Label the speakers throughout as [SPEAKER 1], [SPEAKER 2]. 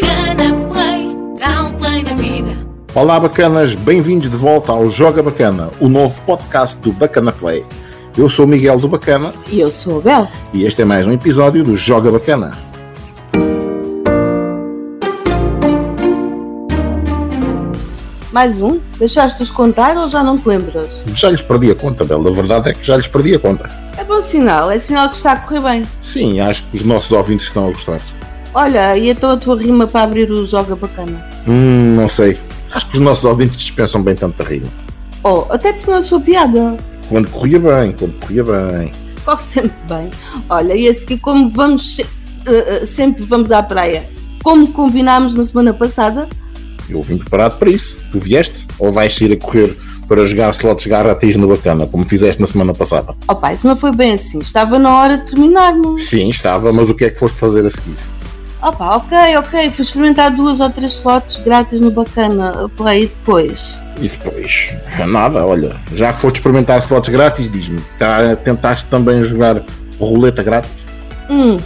[SPEAKER 1] na Play, dá um play na vida.
[SPEAKER 2] Olá, bacanas, bem-vindos de volta ao Joga Bacana, o novo podcast do Bacana Play. Eu sou o Miguel do Bacana
[SPEAKER 3] E eu sou a Bel.
[SPEAKER 2] e este é mais um episódio do Joga Bacana.
[SPEAKER 3] Mais um? Deixaste-os contar ou já não te lembras?
[SPEAKER 2] Já lhes perdi a conta, Bela, a verdade é que já lhes perdi a conta.
[SPEAKER 3] É bom sinal, é sinal que está a correr bem.
[SPEAKER 2] Sim, acho que os nossos ouvintes estão a gostar.
[SPEAKER 3] Olha, e então a tua rima para abrir o Joga Bacana?
[SPEAKER 2] Hum, não sei. Acho que os nossos ouvintes dispensam bem tanta rima.
[SPEAKER 3] Oh, até tinha a sua piada.
[SPEAKER 2] Quando corria bem, quando corria bem.
[SPEAKER 3] Corre sempre bem. Olha, e a seguir, como vamos. se- eh, eh, sempre vamos à praia. Como combinámos na semana passada,
[SPEAKER 2] Eu vim preparado para isso. Tu vieste? Ou vais sair a correr para jogar slots garatis no Bacana, como fizeste na semana passada?
[SPEAKER 3] oh pá, isso não foi bem assim. Estava na hora de terminarmos.
[SPEAKER 2] Sim, estava, mas o que é que foste fazer a seguir?
[SPEAKER 3] Oh pá, ok, ok. Fui experimentar duas ou três slots grátis no Bacana. Por aí depois.
[SPEAKER 2] E depois, é nada, olha, já que foste experimentar slots grátis, diz-me, tá- tentaste também jogar roleta grátis?
[SPEAKER 3] Hum.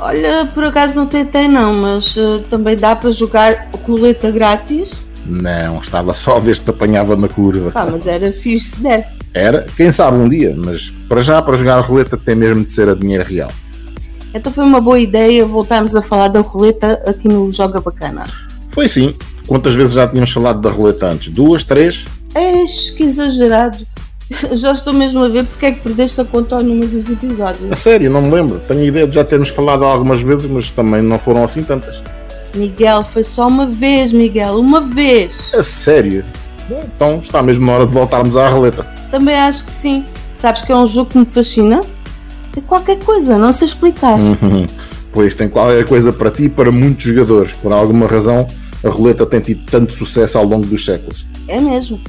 [SPEAKER 3] Olha, por acaso não tentei não, mas eh, também dá para jogar coleta grátis.
[SPEAKER 2] Não, estava só a ver se te apanhava na curva.
[SPEAKER 3] Pá, mas era fixe se desse.
[SPEAKER 2] Era, quem sabe um dia, mas para já, para jogar roleta, tem mesmo de ser a dinheiro real.
[SPEAKER 3] Então foi uma boa ideia voltarmos a falar da roleta aqui no Joga Bacana.
[SPEAKER 2] Foi sim. Quantas vezes já tínhamos falado da roleta antes? Duas, três?
[SPEAKER 3] És que exagerado. Já estou mesmo a ver porque é que perdeste a conta ao número dos
[SPEAKER 2] A
[SPEAKER 3] episódios.
[SPEAKER 2] sério, não me lembro. Tenho a ideia de já termos falado algumas vezes, mas também não foram assim tantas.
[SPEAKER 3] Miguel, foi só uma vez, Miguel, uma vez.
[SPEAKER 2] A sério? Bom, então está mesmo na hora de voltarmos à roleta.
[SPEAKER 3] Também acho que sim. Sabes que é um jogo que me fascina? É qualquer coisa, não sei explicar.
[SPEAKER 2] Pois tem qualquer coisa para ti e para muitos jogadores. Por alguma razão, a roleta tem tido tanto sucesso ao longo dos séculos.
[SPEAKER 3] É mesmo.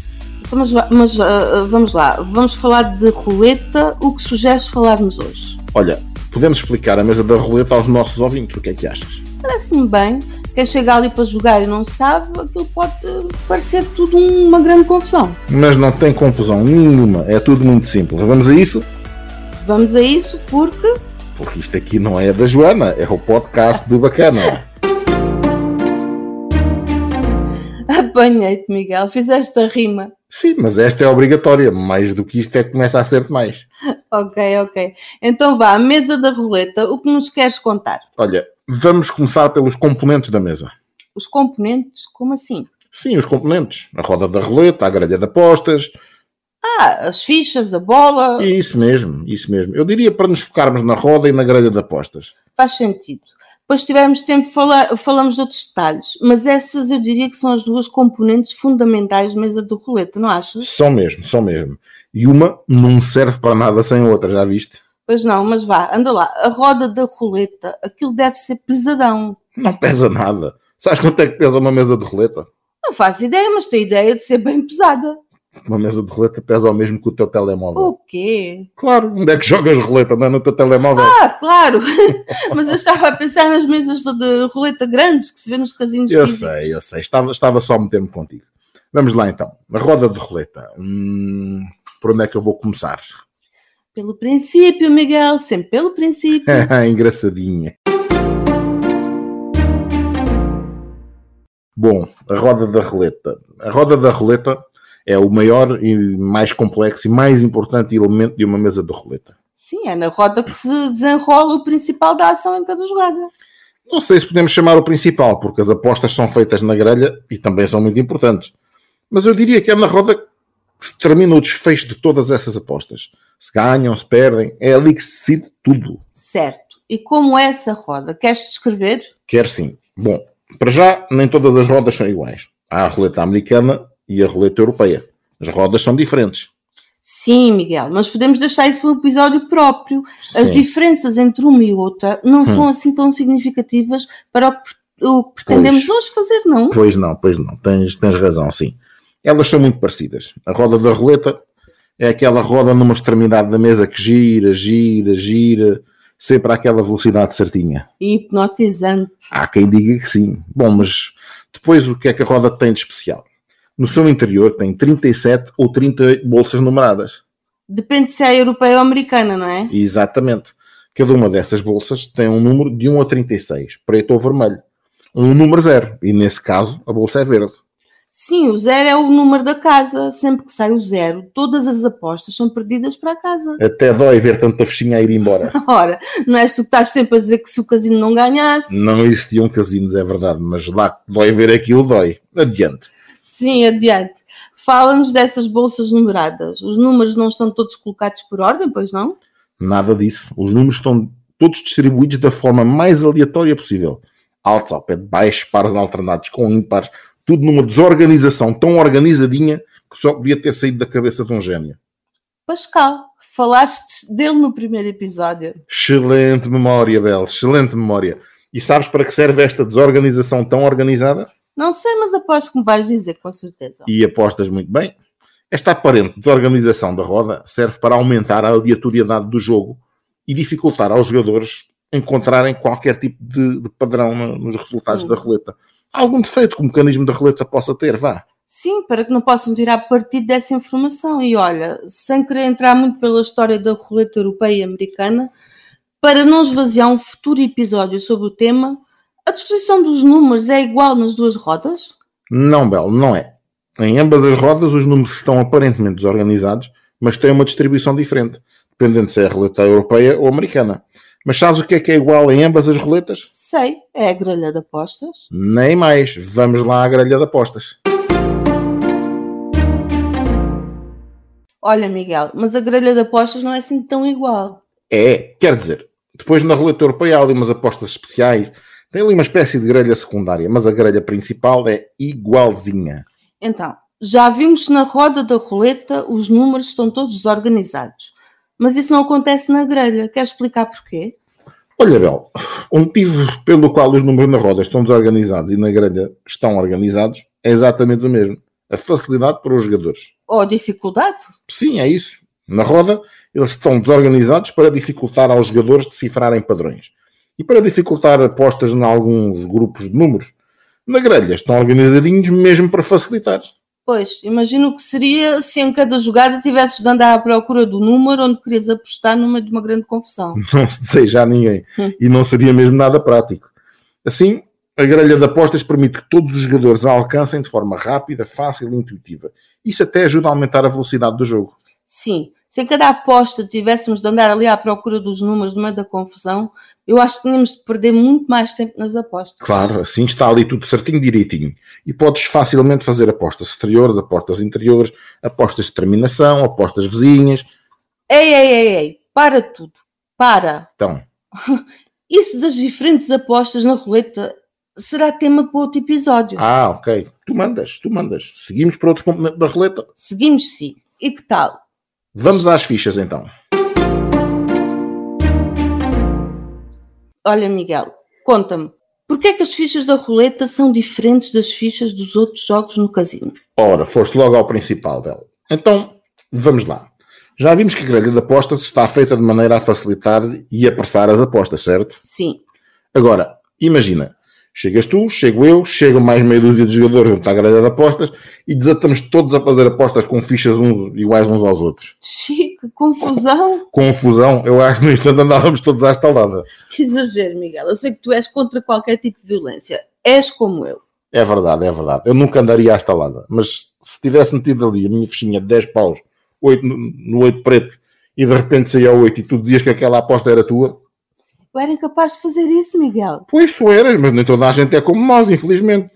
[SPEAKER 3] Então, mas va- mas, ah, ah, vamos lá, vamos falar de roleta, o que sugeres falarmos hoje?
[SPEAKER 2] Olha, podemos explicar a mesa da roleta aos nossos ouvintes, o que é que achas?
[SPEAKER 3] Parece-me bem, quem chega ali para jogar e não sabe, aquilo pode parecer tudo um- uma grande confusão.
[SPEAKER 2] Mas não tem confusão nenhuma, é tudo muito simples. Vamos a isso?
[SPEAKER 3] Vamos a isso porque
[SPEAKER 2] Porque isto aqui não é da Joana, é o podcast do Bacana.
[SPEAKER 3] apanhei-te, Miguel, fizeste a rima.
[SPEAKER 2] Sim, mas esta é obrigatória, mais do que isto é que começa a ser demais.
[SPEAKER 3] Ok, ok. Então vá, à mesa da roleta, o que nos queres contar?
[SPEAKER 2] Olha, vamos começar pelos componentes da mesa.
[SPEAKER 3] Os componentes? Como assim?
[SPEAKER 2] Sim, os componentes. A roda da roleta, a grelha de apostas.
[SPEAKER 3] Ah, as fichas, a bola,
[SPEAKER 2] É isso mesmo, isso mesmo. Eu diria para nos focarmos na roda e na grelha de apostas.
[SPEAKER 3] faz sentido. Depois, se tivermos tempo, fala- falamos de outros detalhes, mas essas eu diria que são as duas componentes fundamentais da mesa do roleta, não achas?
[SPEAKER 2] São mesmo, são mesmo. E uma não serve para nada sem a outra, já viste?
[SPEAKER 3] Pois não, mas vá, anda lá. A roda da roleta, aquilo deve ser pesadão.
[SPEAKER 2] Não pesa nada. Sabes quanto é que pesa uma mesa de roleta?
[SPEAKER 3] Não faço ideia, mas tenho ideia de ser bem pesada.
[SPEAKER 2] Uma mesa de roleta pesa o mesmo que o teu telemóvel.
[SPEAKER 3] O quê?
[SPEAKER 2] Claro, onde é que jogas roleta? Não é no teu telemóvel?
[SPEAKER 3] Ah, claro! mas eu estava a pensar nas mesas de- de roleta grandes que se vê nos casinhos
[SPEAKER 2] Eu
[SPEAKER 3] físicos.
[SPEAKER 2] sei, eu sei. Estava, estava só a meter-me contigo. Vamos lá então. A roda de roleta. Hum, por onde é que eu vou começar?
[SPEAKER 3] Pelo princípio, Miguel, sempre pelo princípio.
[SPEAKER 2] É, Engraçadinha. Bom, a roda da roleta. A roda da roleta é o maior e mais complexo e mais importante elemento de uma mesa de roleta.
[SPEAKER 3] Sim, é na roda que se desenrola o principal da ação em cada jogada.
[SPEAKER 2] Não sei se podemos chamar o principal, porque as apostas são feitas na grelha e também são muito importantes. Mas eu diria que é na roda que se termina o desfecho de todas essas apostas. Se ganham, se perdem, é ali que se decide tudo.
[SPEAKER 3] Certo. E como é essa roda? Queres descrever?
[SPEAKER 2] Quer sim. Bom, para já, nem todas as rodas são iguais. Há a roleta americana e a roleta europeia. As rodas são diferentes.
[SPEAKER 3] Sim, Miguel, mas podemos deixar isso para um episódio próprio. As
[SPEAKER 2] Sim.
[SPEAKER 3] diferenças entre uma e outra não são assim tão significativas para o que, o que pretendemos hoje fazer, não?
[SPEAKER 2] Pois não, pois não. Tens, tens razão, sim. Elas são muito parecidas. A roda da roleta é aquela roda numa extremidade da mesa que gira, gira, gira, sempre àquela velocidade certinha.
[SPEAKER 3] E hipnotizante.
[SPEAKER 2] Há quem diga que sim. Bom, mas depois o que é que a roda tem de especial? No seu interior tem 37 ou 38 bolsas numeradas.
[SPEAKER 3] Depende se é europeia ou americana, não é?
[SPEAKER 2] um Exatamente. Cada uma dessas bolsas tem um número de 1 a 36, preto ou vermelho. um número zero. E nesse caso, a bolsa é verde.
[SPEAKER 3] Sim, o zero é o número da casa. Sempre que sai o zero, todas as apostas são perdidas para a casa.
[SPEAKER 2] Até dói ver tanta fechinha a ir embora.
[SPEAKER 3] Ora, não és tu que estás sempre a dizer que se o casino não ganhasse.
[SPEAKER 2] Não existiam casinos, é verdade, mas lá dói ver aquilo, dói. Adiante.
[SPEAKER 3] Sim, adiante. Fala-nos dessas bolsas numeradas. Os números não estão todos colocados por ordem, pois não?
[SPEAKER 2] Nada disso. Os números estão todos distribuídos da forma mais aleatória possível. Altos ao pé de baixo, pares alternados com ímpares, tudo numa desorganização tão organizadinha que só podia ter saído da cabeça de um gênio.
[SPEAKER 3] Pascal, falaste dele no primeiro episódio.
[SPEAKER 2] Excelente memória, Bel, excelente memória. E sabes para que serve esta desorganização tão organizada?
[SPEAKER 3] Não sei, mas aposto que me vais dizer com certeza.
[SPEAKER 2] E apostas muito bem. Esta aparente desorganização da roda serve para aumentar a aleatoriedade do jogo e dificultar aos jogadores encontrarem qualquer tipo de, de padrão no- nos resultados
[SPEAKER 3] Hum.
[SPEAKER 2] da roleta. Há algum defeito que o mecanismo da roleta possa ter, vá.
[SPEAKER 3] Sim, para que não possam tirar partido dessa informação. E olha, sem querer entrar muito pela história da roleta europeia e americana, para não esvaziar um futuro episódio sobre o tema, a disposição dos números é igual nas duas rodas?
[SPEAKER 2] Não, Bel, não é. Em ambas as rodas os números estão aparentemente desorganizados, mas têm uma distribuição diferente, dependendo se é a roleta europeia ou americana. Mas sabes o que é que é igual em ambas as roletas?
[SPEAKER 3] Sei, é a grelha de apostas.
[SPEAKER 2] Nem mais. Vamos lá à grelha de apostas.
[SPEAKER 3] Olha, Miguel, mas a grelha de apostas não é assim tão igual.
[SPEAKER 2] É, quer dizer, depois na roleta europeia há ali umas apostas especiais, tem ali uma espécie de grelha secundária, mas a grelha principal é igualzinha.
[SPEAKER 3] Então, já vimos que na roda da roleta os números estão todos desorganizados. Mas isso não acontece na grelha. Quer explicar porquê?
[SPEAKER 2] Olha, Bel, o motivo pelo qual os números na roda estão desorganizados e na grelha estão organizados é exatamente o mesmo. A facilidade para os jogadores.
[SPEAKER 3] Ou a dificuldade?
[SPEAKER 2] Sim, é isso. Na roda, eles estão desorganizados para dificultar aos jogadores decifrarem padrões e para dificultar apostas em alguns grupos de números. Na grelha, estão organizadinhos mesmo para facilitar.
[SPEAKER 3] Pois, imagino o que seria se em cada jogada tivesses de andar à procura do número onde querias apostar numa de uma grande confusão.
[SPEAKER 2] Não se deseja a ninguém.
[SPEAKER 3] Hum.
[SPEAKER 2] E não seria mesmo nada prático. Assim, a grelha de apostas permite que todos os jogadores a alcancem de forma rápida, fácil e intuitiva. Isso até ajuda a aumentar a velocidade do jogo.
[SPEAKER 3] Sim, se em cada aposta tivéssemos de andar ali à procura dos números no meio da confusão, eu acho que tínhamos de perder muito mais tempo nas apostas.
[SPEAKER 2] Claro, assim está ali tudo certinho, direitinho. E podes facilmente fazer apostas exteriores, apostas interiores, apostas de terminação, apostas vizinhas.
[SPEAKER 3] Ei, ei, ei, ei, para tudo. Para.
[SPEAKER 2] Então,
[SPEAKER 3] Isso das diferentes apostas na roleta será tema para outro episódio.
[SPEAKER 2] ah, ok, tu mandas, tu mandas. Seguimos para outro componente da roleta.
[SPEAKER 3] Seguimos sim. E que tal?
[SPEAKER 2] Vamos às fichas então.
[SPEAKER 3] Olha, Miguel, conta-me. Porquê é que as fichas da roleta são diferentes das fichas dos outros jogos no casino?
[SPEAKER 2] Ora, foste logo ao principal dela. Então, vamos lá. Já vimos que a grelha de apostas está feita de maneira a facilitar e apressar as apostas, certo?
[SPEAKER 3] Sim,
[SPEAKER 2] Agora, imagina, chegas tu, chego eu, chegam mais meia dúzia de jogadores junto à grelha de apostas e desatamos todos a fazer apostas com fichas uns, iguais uns aos outros.
[SPEAKER 3] Chico, confusão!
[SPEAKER 2] Confusão, eu acho que no instante andávamos todos à estalada.
[SPEAKER 3] Que exagero, Miguel. Eu sei que tu és contra qualquer tipo de violência. És como eu.
[SPEAKER 2] É verdade, é verdade. Eu nunca andaria à estalada, mas se tivesse metido ali a minha fichinha de 10 paus, 8 no, no 8 preto, e de repente saía ao 8 e tu dizias que aquela aposta era tua,
[SPEAKER 3] Eu era incapaz de fazer isso, Miguel.
[SPEAKER 2] Pois tu eras, mas nem toda a gente é como nós, infelizmente.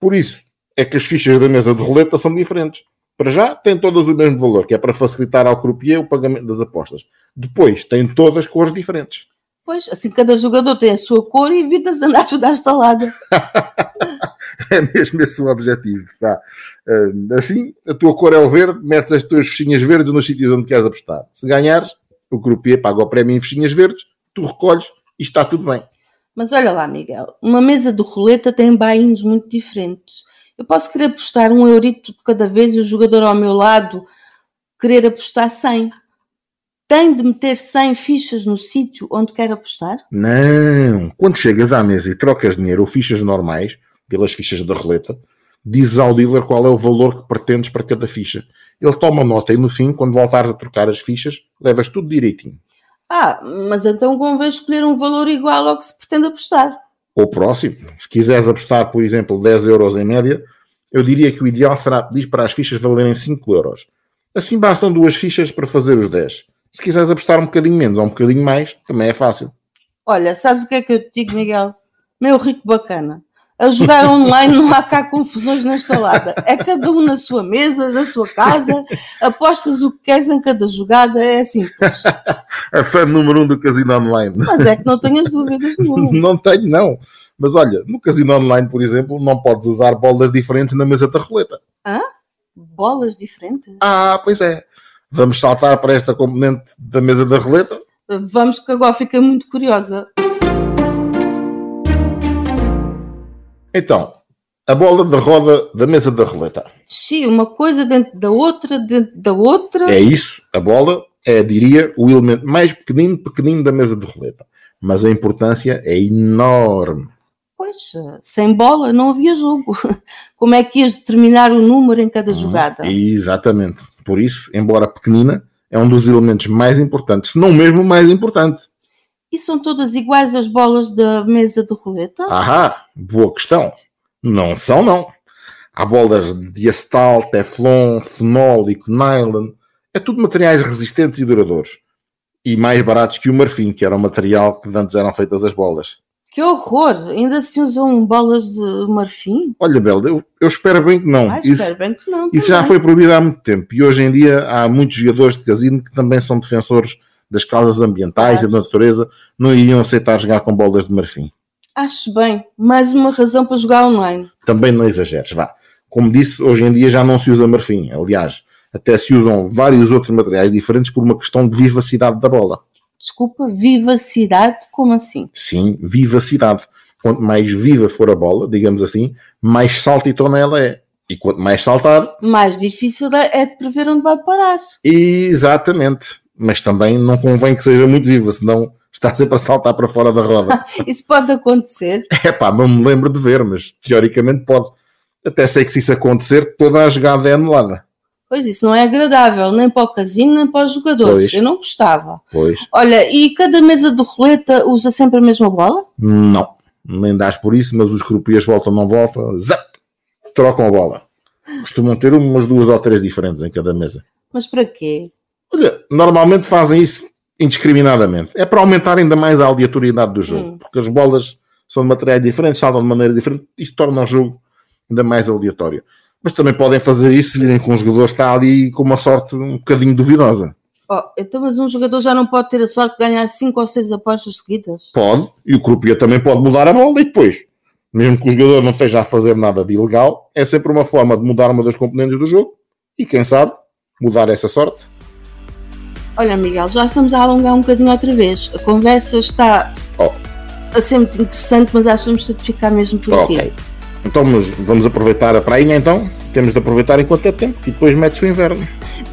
[SPEAKER 2] Por isso é que as fichas da mesa de roleta são diferentes. Para já, têm todas o mesmo valor, que é para facilitar ao croupier o pagamento das apostas. Depois, têm todas cores diferentes.
[SPEAKER 3] Pois, assim cada jogador tem a sua cor e evitas de andar tudo à estalada.
[SPEAKER 2] É mesmo esse o objetivo. vá. Ah, Assim, a tua cor é o verde, metes as tuas fichinhas verdes nos sítios onde queres apostar. Se ganhares, o croupier paga o prémio em fichinhas verdes, tu recolhes e está tudo bem.
[SPEAKER 3] Mas olha lá, Miguel. Uma mesa de roleta tem bainhos muito diferentes. Eu posso querer apostar um eurito de cada vez e o jogador ao meu lado querer apostar 100. Tem de meter 100 fichas no sítio onde quer apostar?
[SPEAKER 2] Não! Quando chegas à mesa e trocas dinheiro ou fichas normais pelas fichas da roleta, dizes ao dealer qual é o valor que pretendes para cada ficha. Ele toma nota e no fim, quando voltares a trocar as fichas, levas tudo direitinho.
[SPEAKER 3] Ah, mas então convém escolher um valor igual ao que se pretende apostar.
[SPEAKER 2] ou próximo. Se quiseres apostar, por exemplo, 10 euros em média, eu diria que o ideal será pedir para as fichas valerem 5 euros. Assim bastam duas fichas para fazer os 10. Se quiseres apostar um bocadinho menos ou um bocadinho mais, também é fácil.
[SPEAKER 3] Olha, sabes o que é que eu te digo, Miguel? Meu rico bacana. A jogar online não há cá confusões na estalada. É cada um na sua mesa, na sua casa, apostas o que queres em cada jogada, é simples.
[SPEAKER 2] A fã número 1 um do casino online.
[SPEAKER 3] Mas é que não tenhas dúvidas nenhuma.
[SPEAKER 2] Não tenho, não. Mas olha, no casino online, por exemplo, não podes usar bolas diferentes na mesa da roleta.
[SPEAKER 3] Hã? Bolas diferentes?
[SPEAKER 2] Ah, pois é. Vamos saltar para esta componente da mesa da roleta?
[SPEAKER 3] Vamos que agora fiquei muito curiosa.
[SPEAKER 2] Então, a bola da roda da mesa da roleta.
[SPEAKER 3] Xi, uma coisa dentro da outra, dentro da outra.
[SPEAKER 2] É isso, a bola é, diria, o elemento mais pequenino, pequenino da mesa de roleta. Mas a importância é enorme.
[SPEAKER 3] Pois, sem bola não havia jogo. Como é que ias determinar o número em
[SPEAKER 2] Uhum.
[SPEAKER 3] cada jogada?
[SPEAKER 2] Exatamente. Por isso, embora pequenina, é um dos elementos mais importantes, se não mesmo o mais importante.
[SPEAKER 3] E são todas iguais as bolas da mesa de roleta?
[SPEAKER 2] Ahá, boa questão. Não são, não. Há bolas de acetal, teflon, fenol e nylon. É tudo materiais resistentes e duradouros. E mais baratos que o marfim, que era o material que antes eram feitas as bolas.
[SPEAKER 3] Que horror! Ainda se usam bolas de marfim?
[SPEAKER 2] Olha, Bela, eu, eu espero bem que não.
[SPEAKER 3] Ah,
[SPEAKER 2] Isso-
[SPEAKER 3] espero bem que não.
[SPEAKER 2] Isso
[SPEAKER 3] também.
[SPEAKER 2] já foi proibido há muito tempo e hoje em dia há muitos jogadores de casino que também são defensores das causas ambientais e da natureza, não iriam aceitar jogar com bolas de marfim.
[SPEAKER 3] Acho bem. Mais uma razão para jogar online.
[SPEAKER 2] Também não exageres, vá. Como disse, hoje em dia já não se usa marfim. Aliás, até se usam vários outros materiais diferentes por uma questão de vivacidade da bola.
[SPEAKER 3] Desculpa, vivacidade? Como assim?
[SPEAKER 2] Sim, vivacidade. Quanto mais viva for a bola, digamos assim, mais saltitona ela é. E quanto mais saltar,
[SPEAKER 3] Mais difícil é é de prever onde vai parar.
[SPEAKER 2] Exatamente. Mas também não convém que seja muito viva, senão está sempre a saltar para fora da roda.
[SPEAKER 3] Isso pode acontecer.
[SPEAKER 2] É pá, não me lembro de ver, mas teoricamente pode. Até sei que se isso acontecer, toda a jogada é anulada.
[SPEAKER 3] Pois isso não é agradável, nem para o casino, nem para os jogadores.
[SPEAKER 2] Pois.
[SPEAKER 3] Eu não gostava.
[SPEAKER 2] Pois.
[SPEAKER 3] Olha, e cada mesa de roleta usa sempre a mesma bola?
[SPEAKER 2] Não. Nem dás por isso, mas os croupias voltam ou não voltam, zap! Trocam a bola. Costumam ter umas duas ou três diferentes em cada mesa.
[SPEAKER 3] Mas para quê?
[SPEAKER 2] Olha, normalmente fazem isso indiscriminadamente. É para aumentar ainda mais a aleatoriedade do jogo,
[SPEAKER 3] Hum.
[SPEAKER 2] porque as bolas são de materiais diferentes, saltam de maneira diferente, isso torna o jogo ainda mais aleatório. Mas também podem fazer isso se virem que um jogador está ali com uma sorte um bocadinho duvidosa.
[SPEAKER 3] Oh, então, mas um jogador já não pode ter a sorte de ganhar cinco ou seis apostas seguidas?
[SPEAKER 2] Pode, e o croupier também pode mudar a bola e depois, mesmo que o jogador não esteja a fazer nada de ilegal, é sempre uma forma de mudar uma das componentes do jogo e quem sabe mudar essa sorte.
[SPEAKER 3] Olha, Miguel, já estamos a alongar um bocadinho outra vez. A conversa está
[SPEAKER 2] Oh.
[SPEAKER 3] a ser muito interessante, mas acho que vamos ter de ficar mesmo por aqui.
[SPEAKER 2] Ok. Então mas vamos aproveitar a prainha então. Temos de aproveitar enquanto é tempo e depois mete-se o inverno.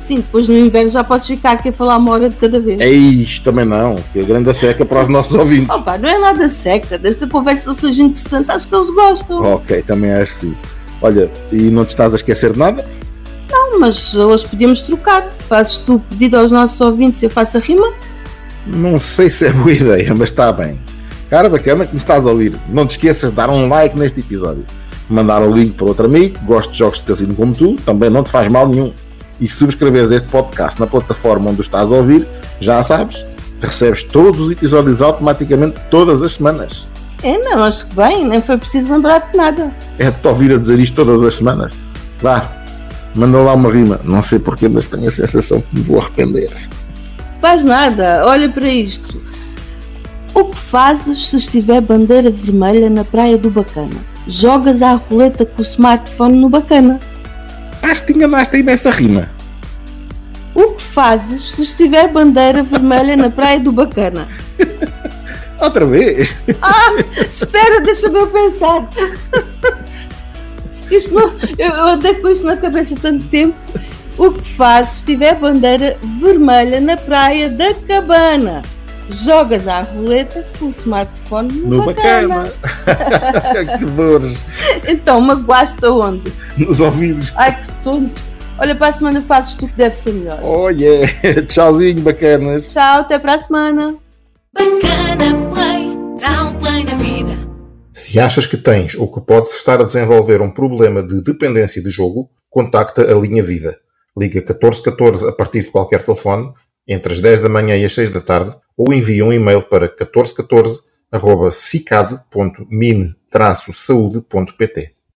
[SPEAKER 3] Sim, depois no inverno já podes ficar aqui a falar uma hora de cada vez.
[SPEAKER 2] É isto também não, que a grande seca para os nossos ouvintes.
[SPEAKER 3] Opa, não é nada seca, desde que a conversa seja interessante, acho que eles gostam.
[SPEAKER 2] Ok, também acho que sim. Olha, e não te estás a esquecer de nada?
[SPEAKER 3] Mas hoje podíamos trocar. Fazes tu o pedido aos nossos ouvintes e eu faço a rima?
[SPEAKER 2] Não sei se é boa ideia, mas está bem. Cara bacana que me estás a ouvir. Não te esqueças de dar um like neste episódio. Mandar o link para outro amigo que gosta de jogos de casino como tu, também não te faz mal nenhum. E se subscreveres este podcast na plataforma onde o estás a ouvir, já sabes, recebes todos os episódios automaticamente todas as semanas.
[SPEAKER 3] É, não, acho que bem, nem foi preciso lembrar de nada.
[SPEAKER 2] É de te ouvir a dizer isto todas as semanas. Vá, manda lá uma rima. Não sei porquê, mas tenho a sensação que me vou arrepender.
[SPEAKER 3] Faz nada, olha para isto. O que fazes se estiver bandeira vermelha na praia do Bacana? Jogas à roleta com o smartphone no Bacana.
[SPEAKER 2] Acho que te enganaste aí nessa rima.
[SPEAKER 3] O que fazes se estiver bandeira vermelha na praia do Bacana?
[SPEAKER 2] Outra vez.
[SPEAKER 3] Espera, deixa-me eu pensar. Isto não, eu, eu andei com isto na cabeça tanto tempo. O que fazes se tiver bandeira vermelha na praia da cabana? Jogas à roleta com o smartphone no,
[SPEAKER 2] No
[SPEAKER 3] bacana.
[SPEAKER 2] bacana. que dores
[SPEAKER 3] Então, magoaste aonde?
[SPEAKER 2] nos ouvidos.
[SPEAKER 3] Ai, que tonto. Olha, para a semana fazes tu que deve ser melhor.
[SPEAKER 2] Oh yeah. Tchauzinho, bacanas.
[SPEAKER 3] Tchau, até para a semana.
[SPEAKER 1] Bacana Play, dá um play na vida.
[SPEAKER 4] Se achas que tens ou que podes estar a desenvolver um problema de dependência de jogo, contacta a linha Vida. Liga 1414 a partir de qualquer telefone, entre as 10 da manhã e as 6 da tarde, ou envia um e-mail para 1414 cicad.mine-saude.pt.